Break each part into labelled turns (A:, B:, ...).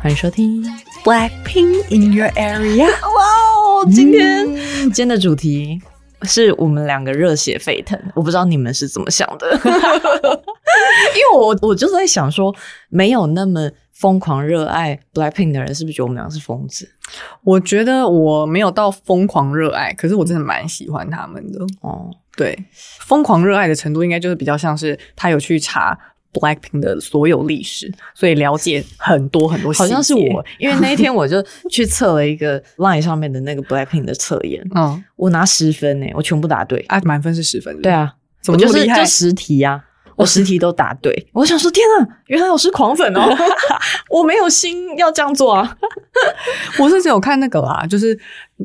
A: 欢迎收听。
B: Blackpink in your area，哇哦！
A: 今天、嗯今天的主题是我们两个热血沸腾，我不知道你们是怎么想 的，因为我我就是在想说，没有那么疯狂热爱 Blackpink 的人，是不是觉得我们俩是疯子？
B: 我觉得我没有到疯狂热爱，可是我真的蛮喜欢他们的。
A: 哦，
B: 对，疯狂热爱的程度应该就是比较像是他有去查 Blackpink 的所有历史，所以了解很多很多细
A: 好
B: 节。
A: 像是我，因为那一天我就去测了一个 Line 上面的那个 Blackpink 的测验，
B: 嗯
A: 我拿十分呢、欸我全部答对。
B: 啊，满分是十分。
A: 对，啊，
B: 怎么
A: 我
B: 那
A: 就
B: 么
A: 是
B: 厉害
A: 就十题 呀、我十题都答对，我想说天啊，原来我是狂粉 哦，我没有心要这样做啊。
B: 我是只有看那个啦，就是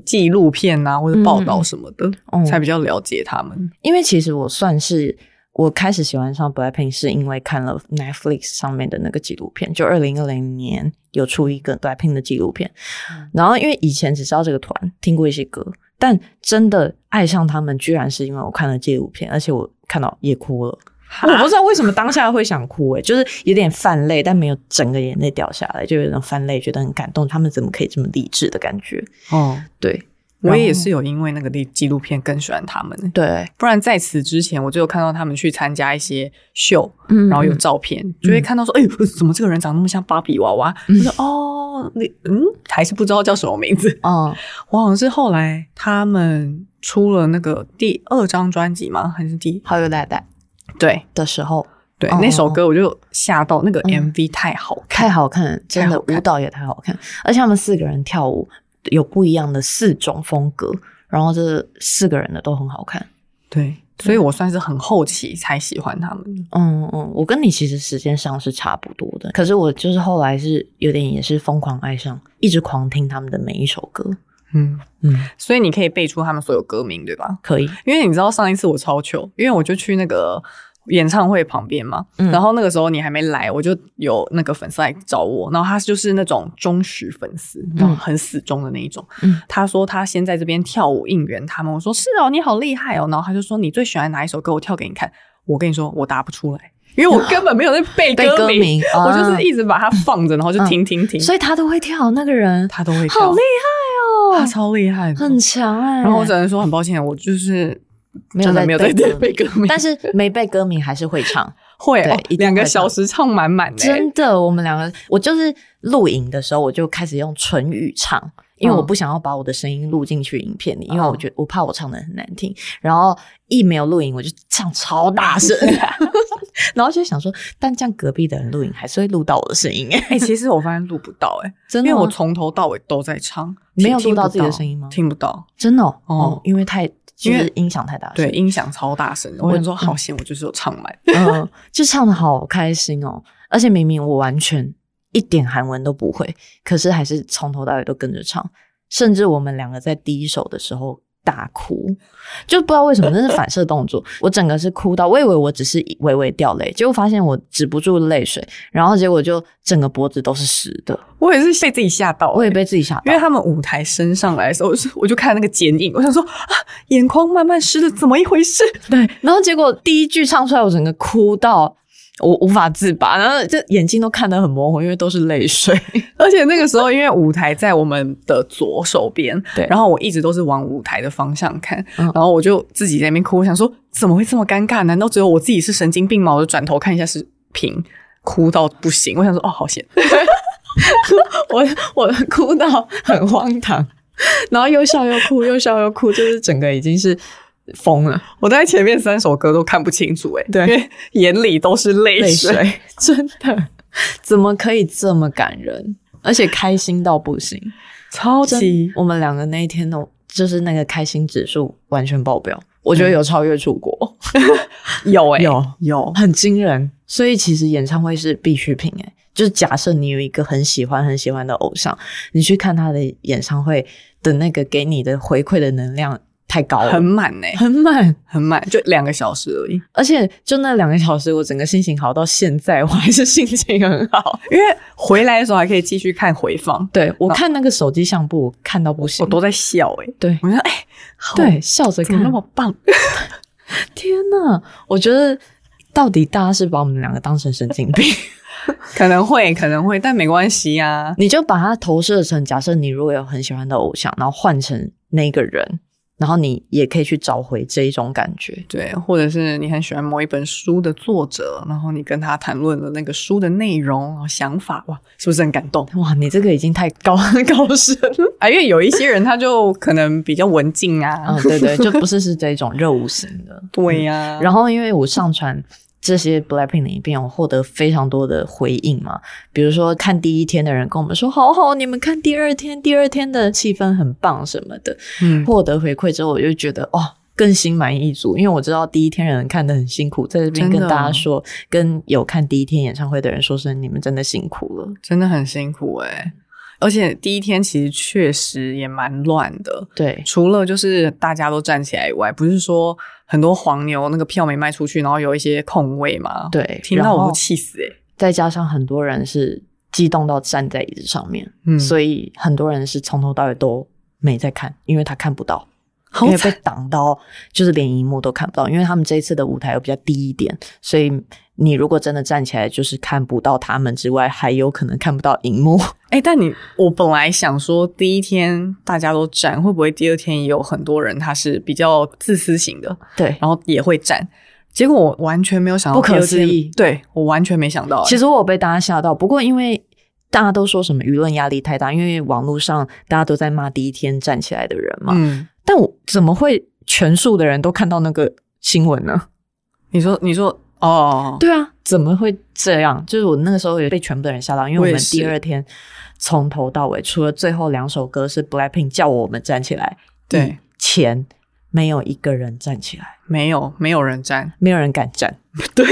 B: 纪录片啊或者报道什么的，
A: 嗯
B: 才比较了解他们。
A: 因为其实我算是我开始喜欢上 Blackpink 是因为看了 Netflix 上面的那个纪录片，就二零二零年有出一个 Blackpink 的纪录片，然后因为以前只知道这个团，听过一些歌，但真的爱上他们，居然是因为我看了纪录片，而且我看到也哭了。我不知道为什么当下会想哭、欸，就是有点泛泪，但没有整个眼泪掉下来，就有一种泛泪，觉得很感动，他们怎么可以这么励志的感觉？
B: 哦，
A: 对
B: 我也是有因为那个纪纪录片更喜欢他们、欸。
A: 对，
B: 不然在此之前，我就有看到他们去参加一些秀，
A: 嗯嗯
B: 然后有照片，就会看到说，哎呦，怎么这个人长那么像芭比娃娃？我说哦，你嗯，还是不知道叫什么名字。
A: 嗯
B: 我好像是后来他们出了那个第二张专辑吗？还是第
A: 好有奶奶
B: 对
A: 的时候，
B: 对、
A: 哦
B: 那首歌我就吓到，那个
A: 嗯
B: MV 太好看，
A: 太好看，真的
B: 太好看
A: 舞蹈也嗯太好看，而且他们四个人跳舞有不一样的四种风格，然后这四个人的都很好看。
B: 对，所以我算是很后期才喜欢他们的。
A: 嗯嗯，我跟你其实时间上是差不多的，可是我就是后来是有点也是疯狂爱上，一直狂听他们的每一首歌。
B: 嗯，
A: 嗯，
B: 所以你可以背出他们所有歌名，对吧？
A: 可以。
B: 因为你知道上一次我超糗，因为我就去那个演唱会旁边嘛，
A: 嗯
B: 然后那个时候你还没来，我就有那个粉丝来找我，然后他就是那种忠实粉丝，然后很死忠的那一种。
A: 嗯
B: 他说他先在这边跳舞应援他们，我说是哦，你好厉害哦，然后他就说你最喜欢哪一首歌，我跳给你看。我跟你说，我答不出来，因为我根本没有在背
A: 背啊
B: 歌
A: 歌名
B: 我
A: 啊
B: 就是一直把它放着，然后就
A: 嗯
B: 听听听，
A: 所以他都会跳那个人，
B: 他都会跳，
A: 好厉害
B: 他
A: 哦，
B: 超厉害的，
A: 很强哎、
B: 然后我只能说很抱歉，我就是
A: 没有
B: 真的
A: 在
B: 没有
A: 背
B: 在
A: 歌
B: 背歌名，
A: 但是没背歌名还是会唱。
B: 会
A: 对
B: 哦
A: 一定
B: 两
A: 会
B: 个
A: 的
B: 小时唱满满的欸，
A: 真的，我们两个，我就是录影的时候，我就开始用唇语唱，因为我不想要把我的声音录进去影片里，因为我觉得我怕我唱的很难听。然后一没有录影，我就唱超大声， 然后就想说，但这样隔壁的人录影还是会录到我的声音，哎，
B: 哎、其实我发现录不到哎、
A: 真
B: 因
A: 的
B: 为
A: 吗，
B: 我从头到尾都在唱，
A: 没有
B: 听
A: 录到
B: 不
A: 自己的声音吗
B: 听不到，
A: 真的哦，
B: 哦
A: 哦因为太就
B: 因
A: 啊是
B: 为
A: 音响太大声，
B: 对，音响超大声的。
A: 我
B: 我想说，好险，我就是有唱满。
A: 嗯， 就唱的好开心哦！而且明明我完全一点韩文都不会，可是还是从头到尾都跟着唱，甚至我们两个在第一首的时候大哭，就不知道为什么那是反射动作， 我整个是哭到，我以为我只是微微掉泪，结果发现我止不住泪水，然后结果就整个脖子都是湿的，
B: 我也是被自己吓到、欸
A: 我也被自己吓
B: 因
A: 到
B: 为。他们舞台升上来的时候，我就我就看那个剪影，我想说啊，眼眶慢慢湿了，怎么一回事？
A: 对，然后结果第一句唱出来，我整个哭到。我无法自拔，然后这眼睛都看得很模糊，因为都是泪水。
B: 而且那个时候，因为舞台在我们的左手边，
A: 对
B: 然后我一直都是往舞台的方向看，
A: 嗯
B: 然后我就自己在那边哭，我想说怎么会这么尴尬？难道只有我自己是神经病吗？我就转头看一下视频，哭到不行，我想说哦，好险，
A: 我我哭到很荒唐，然后又笑又哭，又笑又哭，就是整个已经是疯了，
B: 我大概前面三首歌都看不清楚、哎，
A: 对
B: 因为眼里都是泪
A: 泪
B: 水，
A: 水，真的，怎么可以这么感人，而且开心到不行？
B: 超
A: 真
B: 级
A: 我们两个那一天的，就是那个开心指数完全爆表，我觉得有超越出国，
B: 嗯有哎、
A: 有
B: 有，
A: 很惊人，所以其实演唱会是必需品哎、就是假设你有一个很喜欢很喜欢的偶像，你去看他的演唱会的那个给你的回馈的能量太高了，
B: 很满呢、
A: 很满，
B: 很满，就两个小时而已。
A: 而且就那两个小时，我整个心情好到现在，我还是心情很好。
B: 因为回来的时候还可以继续看回放，
A: 对我看那个手机相簿，我看到不行，
B: 我都在笑哎、
A: 对
B: 我说哎、好
A: 对，笑着
B: 怎么
A: 看
B: 那。么棒？
A: 天呐，我觉得到底大家是把我们两个当成神经病？
B: 可能会，可能会，但没关系啊呀、
A: 你就把它投射成，假设你如果有很喜欢的偶像，然后换成那个人，然后你也可以去找回这一种感觉。
B: 对，或者是你很喜欢某一本书的作者，然后你跟他谈论了那个书的内容、然后想法，哇，是不是很感动？
A: 哇，你这个已经太高 高深了。
B: 啊，因为有一些人他就可能比较文静啊，
A: 嗯，对对，就不是是这种热舞型的。
B: 对呀、
A: 然后因为我上传这些 Blackpink 的影片，我获得非常多的回应嘛，比如说看第一天的人跟我们说好好，你们看第二天，第二天的气氛很棒什么的。
B: 嗯，
A: 获得回馈之后，我就觉得哇、更心满意足，因为我知道第一天人看得很辛苦，在这边
B: 真
A: 跟
B: 的
A: 大家说，跟有看第一天演唱会的人说声，你们真的辛苦了。
B: 真的很辛苦哎、而且第一天其实确实也蛮乱的，
A: 对，
B: 除了就是大家都站起来以外，不是说很多黄牛那个票没卖出去，然后有一些空位嘛？
A: 对
B: 听
A: 然
B: 到
A: 后
B: 我都气死哎、
A: 再加上很多人是激动到站在椅子上面，
B: 嗯，以
A: 所以很多人是从头到尾都没在看，因为他看不到。因
B: 好
A: 为被
B: 惨，
A: 挡到，就是连荧幕都看不到。因为他们这一次的舞台又比较低一点，所以你如果真的站起来，就是看不到他们之外，还有可能看不到荧 幕。
B: 哎、但你我本来想说第一天大家都站，会不会第二天也有很多人他是比较自私型的，
A: 对，
B: 然后也会站？结果我完全没有想到
A: 不可
B: 第二天
A: 思议
B: 对我完全没想到、
A: 其
B: 实
A: 实我有被大家吓到，不过因为大家都说什么舆论压力太大，因为网络上大家都在骂第一天站起来的人嘛。
B: 嗯，
A: 但我怎么会全数的人都看到那个新闻呢？
B: 你说你说哦，
A: 对啊，怎么会这样？就是我那个时候也被全部的人吓到，因为
B: 我
A: 我
B: 也
A: 们
B: 是
A: 第二天从头到尾，除了最后两首歌是 BLACKPINK 叫我们站起来，
B: 对，
A: 前没有一个人站起来，
B: 没有没有人 站，
A: 没有人敢站。
B: 对，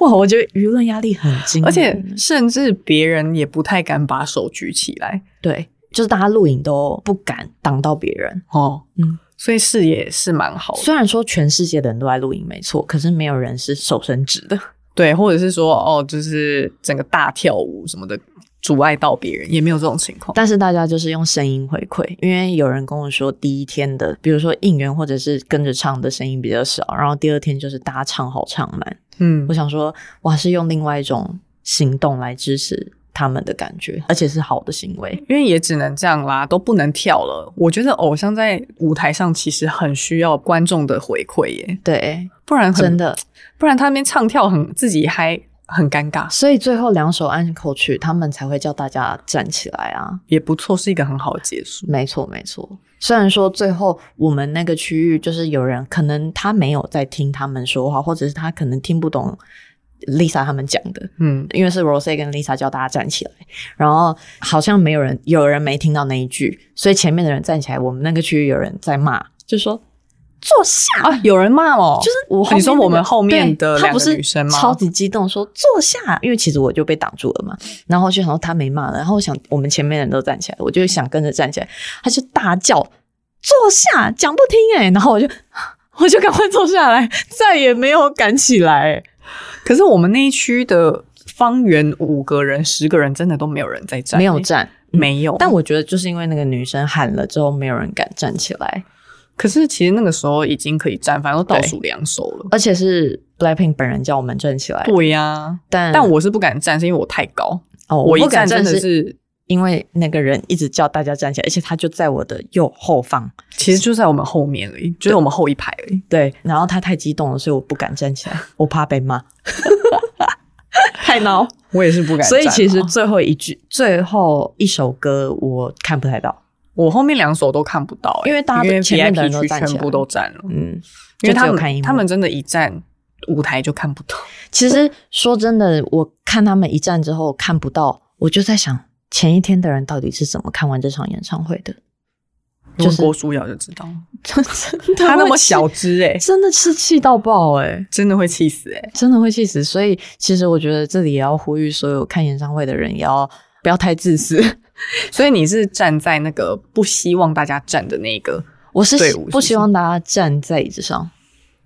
A: 哇，我觉得舆论压力很惊人，
B: 而且甚至别人也不太敢把手举起来。
A: 对，就是大家录影都不敢挡到别人。
B: 哦，
A: 嗯，
B: 所以视野是蛮好的，
A: 虽然说全世界的人都在录影，没错，可是没有人是手伸直的。
B: 对，或者是说哦，就是整个大跳舞什么的阻碍到别人，也没有这种情况。
A: 但是大家就是用声音回馈，因为有人跟我说，第一天的，比如说应援或者是跟着唱的声音比较少，然后第二天就是大家唱好唱满。
B: 嗯
A: 我，想说，我还是用另外一种行动来支持他们的感觉，而且是好的行为。
B: 因为也只能这样啦，都不能跳了。我觉得偶像在舞台上其实很需要观众的回馈耶，
A: 对，
B: 不然
A: 真
B: 很
A: 的。
B: 不然他那边唱跳很自己嗨，很尴尬，
A: 所以最后两首安口曲，他们才会叫大家站起来啊。
B: 也不错，是一个很好的结束。
A: 没错，没错。虽然说最后我们那个区域就是有人可能他没有在听他们说话，或者是他可能听不懂 Lisa 他们讲的，
B: 嗯，
A: 因为是 Rose 跟 Lisa 叫大家站起来，然后好像没有人有人没听到那一句，所以前面的人站起来，我们那个区域有人在骂，就说坐下，
B: 啊，有人骂哦，
A: 就是我后面那个、
B: 你说我们后面的
A: 对她
B: 两
A: 不
B: 个
A: 是
B: 女生吗？
A: 超级激动说坐下，因为其实我就被挡住了嘛。然后我就想说她没骂了，然后我想我们前面的人都站起来，我就想跟着站起来，她就大叫坐下，讲不听哎、然后我就我就赶快坐下来，再也没有敢起来、欸。
B: 可是我们那一区的方圆五个人、十个人，真的都没有人在站，
A: 没有，站，嗯
B: 没有。
A: 但我觉得就是因为那个女生喊了之后，没有人敢站起来，
B: 可是其实那个时候已经可以站，反正都倒数两手了。
A: 而且是 Blackpink 本人叫我们站起来，
B: 对呀、
A: 但
B: 但我是不敢站，是因为我太高，
A: 哦，
B: 我一
A: 不敢
B: 站真
A: 站
B: 的
A: 是
B: 是，
A: 因为那个人一直叫大家站起来，而且他就在我的右后方，
B: 其实就在我们后面而已，就是我们后一排而已。
A: 对，然后他太激动了，所以我不敢站起来， 我怕被骂，太孬。
B: 我也是不敢站啊
A: 所以其实最后一句、最后一首歌我看不太到，
B: 我后面两手都看不到、欸
A: 因为大家都
B: 因为
A: 前面的
B: VIP
A: 人都
B: 区
A: 站起来
B: 全部都站了，
A: 嗯，
B: 因为他
A: 就只有看
B: 们
A: 荧幕
B: 他们真的，一站舞台就看不到。
A: 其实说真的，我看他们一站之后看不到，我就在想前一天的人到底是怎么看完这场演唱会的？就
B: 问
A: 是
B: 郭书瑶就知道，
A: 真的
B: 他那
A: 会
B: 么
A: 气欸
B: 小只 哎、
A: 真的是气到爆哎、
B: 真的会气死哎、
A: 真的会气死。所以其实我觉得这里也要呼吁所有看演唱会的人，也要不要太自私。
B: 所以你是站在那个不希望大家站的那一个
A: 我是
B: 队
A: 希
B: 伍是
A: 不
B: 不是
A: 希望大家站在椅子上，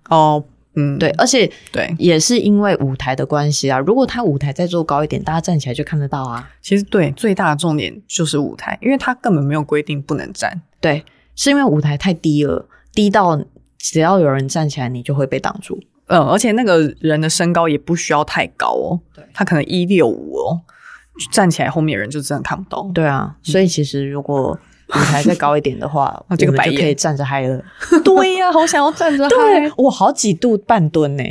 B: 哦，嗯，
A: 对，而且
B: 对，
A: 也是因为舞台的关系啊。如果他舞台再做高一点，大家站起来就看得到啊。
B: 其实对最大的重点就是舞台，因为他根本没有规定不能站。
A: 对，是因为舞台太低了，低到只要有人站起来，你就会被挡住。
B: 嗯，而且那个人的身高也不需要太高哦，
A: 对
B: 他可能一六五哦，站起来后面的人就真的看不到。
A: 对啊，所以其实如果舞台再高一点的 话，
B: 啊这个
A: 我们哦
B: 白
A: 就
B: 眼
A: 可以站着嗨 了。
B: 对呀、好想要站着
A: 对
B: 嗨，
A: 我好几度半蹲呢、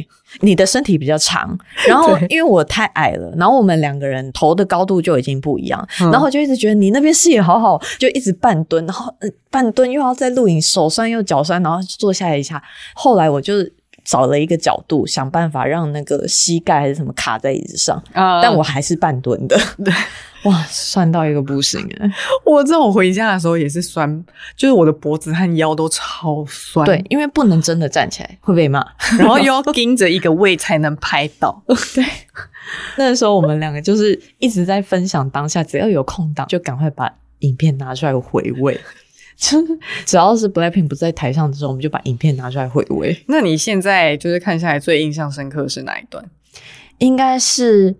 A: 你的身体比较长， 然后
B: 对
A: 因为我太矮了，然后我们两个人头的高度就已经不一样，
B: 嗯
A: 然后我就一直觉得你那边视野好好，就一直半蹲，然后、呃、半蹲又要在录影，手酸又脚酸，然后坐下来一下。后来我就是找了一个角度，想办法让那个膝盖还是什么卡在椅子上，
B: 啊
A: 但我还是半蹲的。
B: 对，
A: 哇，酸到一个不行哎、
B: 我知道我回家的时候也是酸，就是我的脖子和腰都超酸，
A: 对，，因为不能真的站起来，会被骂。
B: 然后又要盯着一个位才能拍到。
A: 那时候我们两个就是一直在分享当下，只要有空档就赶快把影片拿出来回味。 就是只要是 Blackpink 不在台上的时候，我们就把影片拿出来回味。
B: 那你现在就是看下来最印象深刻的是哪一段？
A: 应该是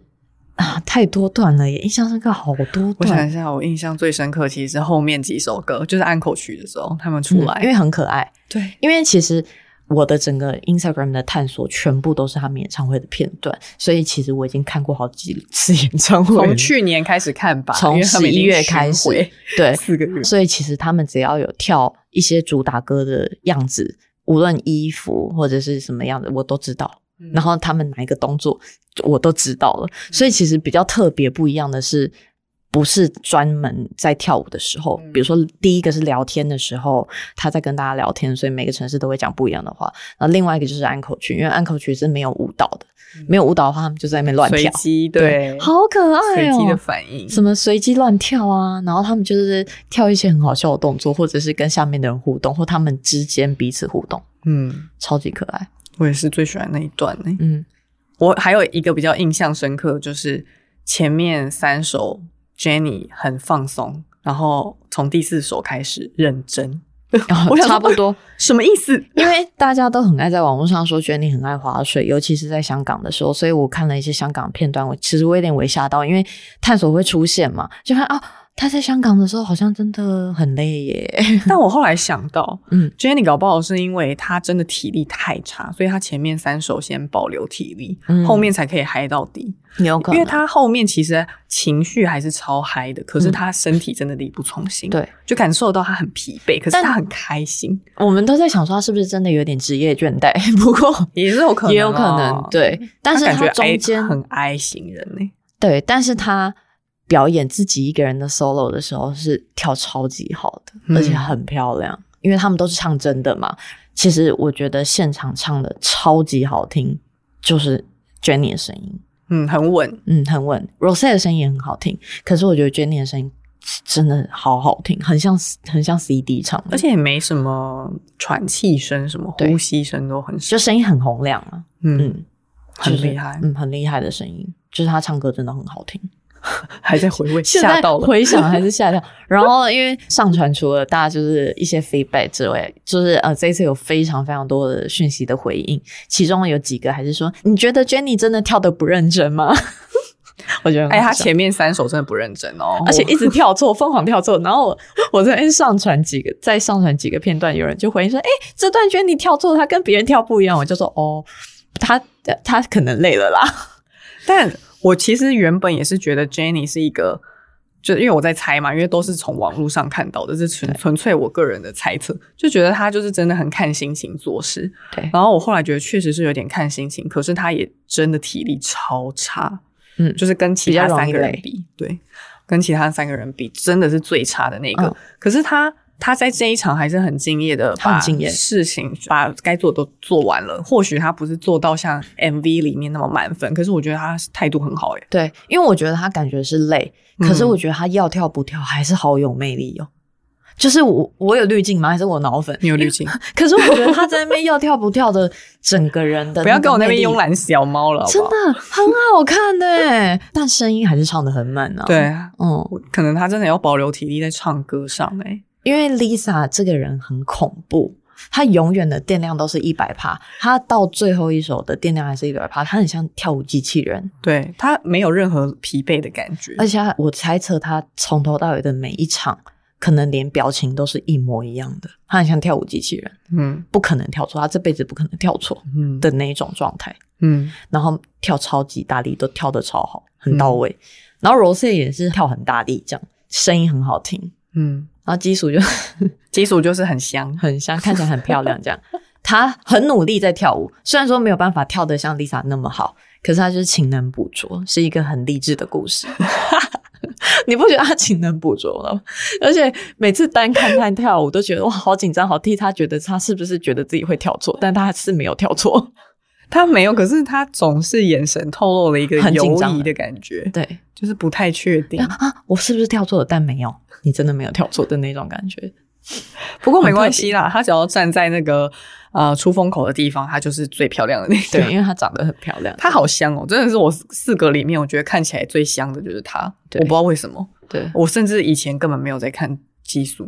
A: 啊，太多段了耶，印象深刻好多
B: 我想
A: 段
B: 一。下，我印象最深刻其实是后面几首歌，就是安口曲的时候他们出来，
A: 嗯因为很可爱。
B: 对，
A: 因为其实我的整个 Instagram 的探索全部都是他们演唱会的片段，所以其实我已经看过好几次演唱会了。
B: 从去年开始看吧，因
A: 从
B: 为他们
A: 十
B: 已
A: 一
B: 经
A: 月开
B: 巡
A: 始
B: 回，
A: 对，
B: 四个月，
A: 所以其实他们只要有跳一些主打歌的样子，无论衣服或者是什么样子，我都知道。然后他们哪一个动作我都知道了，所
B: 嗯
A: 以其实比较特别不一样的是，不是专门在跳舞的时候，
B: 嗯
A: 比如说第一个是聊天的时候，他在跟大家聊天，所以每个城市都会讲不一样的话。然后另外一个就是安口曲，因为安口曲是没有舞蹈的，没有舞蹈的话，他们就在那边乱
B: 嗯随
A: 跳，
B: 机对，
A: 好可爱
B: 随
A: 哦，
B: 机的反应，
A: 什么随机乱跳啊，然后他们就是跳一些很好笑的动作，或者是跟下面的人互动，或他们之间彼此互动，
B: 嗯，
A: 超级可爱。
B: 我也是最喜欢那一段呢、
A: 嗯，
B: 我还有一个比较印象深刻的，就是前面三首 Jenny 很放松，然后从第四首开始认真，
A: 然后
B: 我想说
A: 哦 差不多，
B: 什么意 思？
A: 因为大家都很爱在网络上说，觉得你很爱划水，尤其是在香港的时候，所以我看了一些香港片段，我其实我有点微吓到，因为探索会出现嘛，就看啊，他在香港的时候好像真的很累 耶。
B: 但我后来想到，
A: 嗯
B: 嗯，Jenny 搞不好是因为她真的体力太差，所以她前面三首先保留体力，
A: 嗯
B: 后面才可以嗨到底。
A: 有可
B: 因为
A: 能，啊
B: 她后面其实情绪还是超嗨的，可是
A: 嗯
B: 她身体真的力不从心，
A: 对，
B: 就感受到她很疲惫，可是
A: 但
B: 她很开心，
A: 我们都在想说他是不是真的有点职业倦怠，不过
B: 也是有可能、
A: 也有可能，哦对，但是
B: 她感觉
A: 他
B: I-
A: 中间
B: 很 I 型人呢、
A: 对，但是他表演自己一个人的 solo 的时候是跳超级好的，
B: 嗯
A: 而且很漂亮，因为他们都是唱真的嘛。其实我觉得现场唱的超级好听，就是 Jenny 的声音，
B: 嗯，很稳，
A: 嗯，很稳。Rose 的声音也很好听，可是我觉得 Jenny 的声音真的好好听，很像很像 CD 唱的，
B: 而且也没什么喘气声，什么
A: 对
B: 呼吸声都很少，
A: 就声音很洪亮啊，
B: 嗯，
A: 嗯，
B: 很
A: 就是
B: 厉害
A: 嗯，很厉害的声音，就是他唱歌真的很好听。
B: 还在回味，
A: 现在
B: 吓到了，
A: 回想还是吓 到。然后因为上传除了大家就是一些 feedback 之外，就是呃这一次有非常非常多的讯息的回应，其中有几个还是说你觉得 Jenny 真的跳的不认真吗？ 我觉得很好
B: 哎，他
A: 笑
B: 前面三首真的不认真哦，
A: 嗯而且
B: 我
A: 一直跳错，疯狂跳错。然后我我这边上传几个，再上传几个片段，有人就回应说：“哎、这段觉得你跳错，他跟别人跳不一样。”我就说：“哦，他他可能累了啦。
B: 但我其实原本也是觉得 Jenny 是一个，就因为我在猜嘛，因为都是从网络上看到的，这纯纯粹我个人的猜测，就觉得她就是真的很看心情做事。”
A: 对，
B: 然后我后来觉得确实是有点看心情，可是她也真的体力超差，
A: 嗯
B: 就是跟其他
A: 比较容易
B: 三个人
A: 累
B: 比，对，跟其他三个人比真的是最差的那个。
A: 嗯
B: 可是她她在这一场还是很敬业的，
A: 她很
B: 把
A: 敬业
B: 事情把该做的都做完了。或许她不是做到像 MV 里面那么满分，可是我觉得她态度很好欸耶。
A: 对，因为我觉得他感觉是累，
B: 嗯
A: 可是我觉得他要跳不跳还是好有魅力哦。就是我我有滤镜吗？还是我脑粉？
B: 你有滤镜，
A: 可是我觉得他在那边要跳不跳的，整个人 的
B: 不要跟我那边
A: 慵
B: 慵
A: 懒，
B: 懒小猫了，好
A: 真
B: 不好？
A: 的很好看呢、但声音还是唱的很满啊。，
B: 对，
A: 嗯，
B: 我可能他真的要保留体力在唱歌上哎、
A: 因为 Lisa 这个人很恐怖，她永远的电量都是一百帕，她到最后一首的电量还是一百帕，她很像跳舞机器人，
B: 对他没有任何疲惫的感觉，
A: 而且她我猜测她从头到尾的每一场，可能连表情都是一模一样的，她很像跳舞机器人，
B: 嗯
A: 不可能跳错，她这辈子不可能跳错
B: 嗯
A: 的那一种状态，
B: 嗯，
A: 然后跳超级大力，都跳得超好，很到
B: 嗯
A: 位，然后 Rose 也是跳很大力，这样声音很好听，
B: 嗯，
A: 然后基础就。
B: 基础就是很香，
A: 很像，看起来很漂亮。这样，她很努力在跳舞，虽然说没有办法跳得像 Lisa 那么好，可是她就是勤能补拙，是一个很励志的故事。 你不觉得她勤能补拙了吗？而且每次单看她跳舞，都觉得哇，好紧张，好替她觉得她是不是觉得自己会跳错？但她是没有跳错。
B: 他没有，可是他总是眼神透露了一个
A: 很
B: 犹
A: 紧张
B: 疑
A: 的
B: 的感觉，
A: 对
B: 就是不太确定。
A: 啊，我是不是跳错了？但没有，你真的没有跳错的那种感觉。
B: 不过没
A: 很特
B: 关系啦，他只要站在那个呃出风口的地方，他就是最漂亮的那个。
A: 对，，因为她长得很漂亮。
B: 他好香哦，真的是我四个里面，我觉得看起来最香的就是他。我
A: 对
B: 不知道为什么，
A: 对，
B: 我甚至以前根本没有在看激素，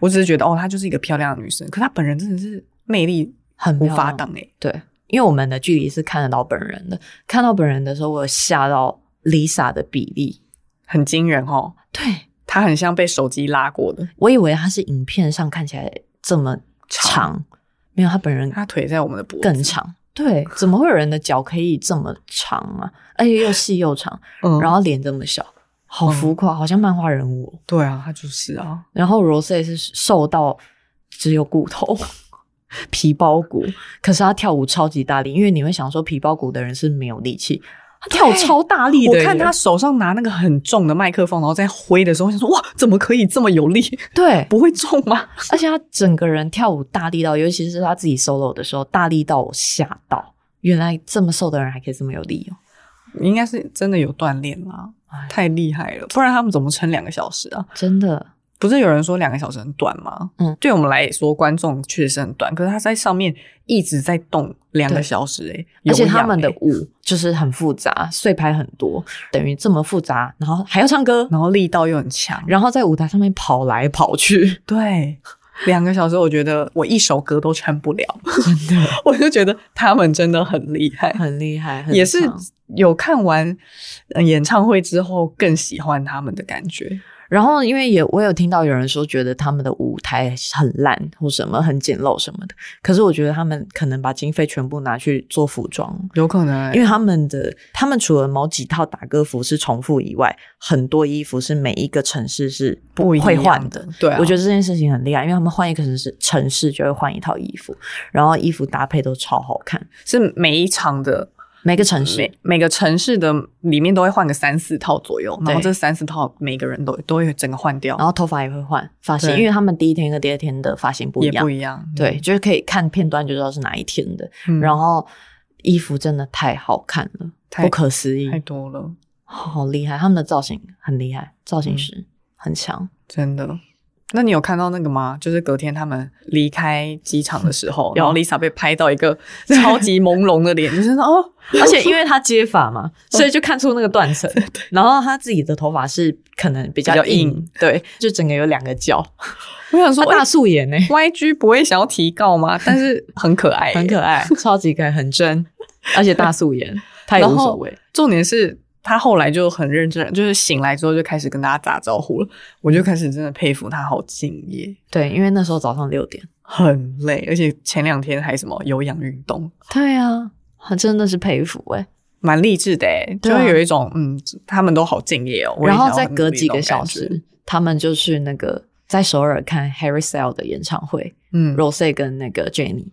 B: 我只是觉得哦，她就是一个漂亮的女生，可她本人真的是魅力
A: 很
B: 无
A: 漂
B: 法
A: 亮
B: 挡哎、欸。
A: 对，因为我们的距离是看得到本人的，看到本人的时候，我有吓到 Lisa 的比例。
B: 很惊人哦，
A: 对
B: 她很像被手机拉过的，
A: 我以为她是影片上看起来这么长，没有，她本人
B: 她腿在我们的脖子
A: 更，长。对，怎么会有人的脚可以这么长啊？而且又细又长，
B: 嗯
A: 然后脸这么小，好浮夸，好像漫画人物哦、
B: 对啊，她就是啊，
A: 然后 Rose 是瘦到只有骨头、 皮包骨，可是他跳舞超级大力，因为你会想说皮包骨的人是没有力气，他跳
B: 对
A: 超大力的
B: 我
A: 耶，
B: 看她手上拿那个很重的麦克风，然后在挥的时候，我想说哇，怎么可以这么有力？
A: 对，
B: 不会重吗？
A: 而且他整个人跳舞大力到，尤其是他自己 solo 的时候，大力到我吓到，原来这么瘦的人还可以这么有力哦。
B: 应该是真的有锻炼啦
A: 哎，
B: 太厉害了，不然他们怎么撑两个小时啊？
A: 真的，
B: 不是有人说两个小时很短吗？
A: 嗯，
B: 对我们来说，观众确实是很短，可是他在上面一直在动两个小时、欸，哎，
A: 而且
B: 有氧
A: 他们的
B: 欸
A: 舞就是很复杂，碎拍很多，等于这么复杂，然后还要唱歌，
B: 然后力道又很强，
A: 然后在舞台上面跑来跑去，
B: 对，两个小时，我觉得我一首歌都撑不了，真的， 我就觉得他们真的很厉害，
A: 很厉害，很
B: 也是
A: 强
B: 有看完呃演唱会之后更喜欢他们的感觉，
A: 然后，因为也我有听到有人说，觉得他们的舞台很烂或什么很简陋什么的。可是我觉得他们可能把经费全部拿去做服装，
B: 有可能、
A: 因为他们的他们除了某几套打歌服是重复以外，很多衣服是每一个城市是
B: 不一
A: 会
B: 样
A: 换
B: 的对啊
A: 我觉得这件事情很厉害，因为他们换一个城市城市就会换一套衣服，然后衣服搭配都超好看，
B: 是每一场的
A: 每个城市
B: 每每个城市的里面都会换个三四套左右，然后这三四套每个人都都会整个换掉，
A: 然后头发也会换发型，
B: 对
A: 因为他们第一天跟第二天的发型不一
B: 也
A: 样
B: 不。一样，
A: 对，就是可以看片段就知道是哪一天的。
B: 嗯，
A: 然后衣服真的太好看了，
B: 太
A: 不可思议
B: 太，多了，
A: 好厉害！他们的造型很厉害，造
B: 嗯
A: 型师、很强。
B: 真的。那你有看到那个吗？就是隔天他们离开机场的时 候，然后 Lisa 被拍到一个 超级朦胧的脸，就是哦，
A: 而且因为他接发嘛，
B: 嗯
A: 所以就看出那个断层。然后他自己的头发是可能比
B: 比较
A: 较
B: 硬
A: 硬，对， 就整个有两个角。
B: 我想说
A: 他大素颜呢、欸
B: Y G 不会想要提告 吗？但是很可爱耶、
A: 很 可爱，超级可爱，很真，而且大素颜，他也
B: 然
A: 无所
B: 后
A: 谓。
B: 重点是他后来就很认真，就是醒来之后就开始跟大家打招呼了。我就开始真的佩服他，好敬业，
A: 对，因为那时候早上六点。
B: 很累，而且前两天还什么有氧运动，
A: 对啊，真的是佩服哎、
B: 蛮励志的、欸，
A: 对啊
B: 就会有一种嗯，他们都好敬业哦。我也
A: 然后
B: 想要
A: 再
B: 很
A: 隔
B: 努力
A: 几
B: 那
A: 个
B: 种
A: 小
B: 感觉，
A: 时，他们就去那个在首尔看 Harry Styles 的演唱会、
B: 嗯
A: r，o s e 跟那个 Jennie。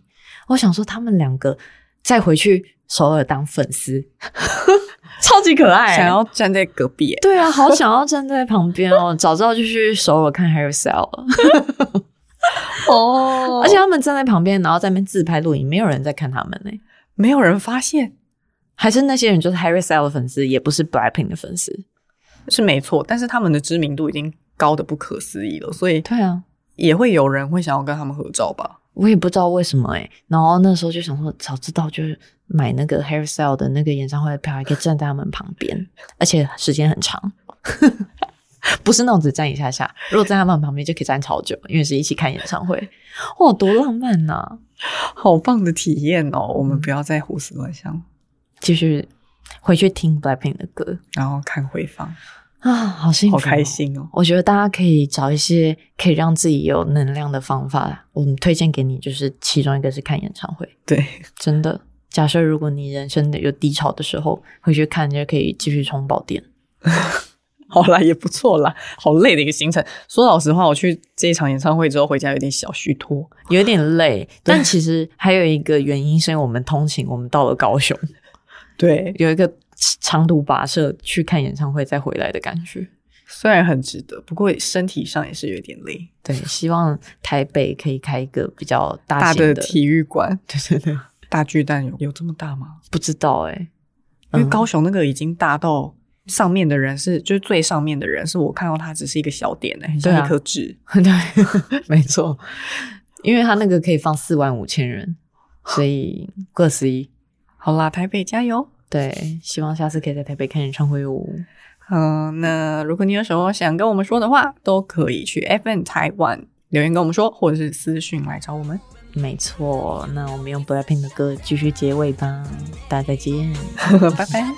A: 我想说，他们两个再回去首尔当 粉丝，超级可爱、欸
B: 想要站在隔壁、欸，
A: 对啊，好想要站在旁边哦。早知道就去首尔看 Harry Styles 了。
B: 哦
A: 而且他们站在旁边，然后在那边自拍录影，没有人在看他们呢、
B: 没有人发现
A: 还是那些人就是 Harry Styles 的粉丝，也不是 Blackpink 的粉丝。
B: 是没错，但是他们的知名度已经高的不可思议了，所以
A: 对啊，
B: 也会有人会想要跟他们合照吧？
A: 我也不知道为什么哎、然后那时候就想说，早知道就是买那个 Harry Styles 的那个演唱会的票，还可以站在他们旁边，而且时间很长， 不是那种只站一下下。如果站他们旁边，就可以站超久，因为是一起看演唱会，哇，多浪漫啊呐、
B: 好棒的体验哦！我们不要再胡思乱想，
A: 继续回去听 Blackpink 的歌
B: 然后看回放，
A: 啊，好幸福、
B: 好开！心哦！
A: 我觉得大家可以找一些可以让自己有能量的方法，我们推荐给你，就是其中一个是看演唱会。
B: 对，
A: 真的，假设如果你人生的有低潮的时候，回去看就可以继续充饱电。
B: 好啦，也不错啦，好累的一个行程。说老实话，我去这一场演唱会之后回家有点小虚脱，
A: 有点 累，但其实还有一个原因，是因为我们通勤，我们到了高雄，
B: 对，
A: 有一个长途跋涉去看演唱会再回来的感觉。
B: 虽然很值得，不过身体上也是有点累。
A: 对，希望台北可以开一个比较
B: 大
A: 大型
B: 的
A: 的，
B: 体育馆，
A: 对对对，
B: 大巨蛋有有这么大吗？
A: 不知道哎、
B: 因为
A: 嗯
B: 高雄那个已经大到上面的人是，就是最上面的人是我看到他只是一个小点欸呢、很
A: 对啊
B: 像一颗痣。
A: 对， 没错，因为他那个可以放四万五千 人，所以各司一。
B: 好啦，台北加油！
A: 对，希望下次可以在台北看演唱会哦。
B: 嗯、那如果你有什么想跟我们说的话，都可以去 FN 台湾留言跟我们说，或者是私讯来找我们。
A: 没 错，那我们用 BLACKPINK 的歌继续结尾吧，大家再见。
B: 拜拜。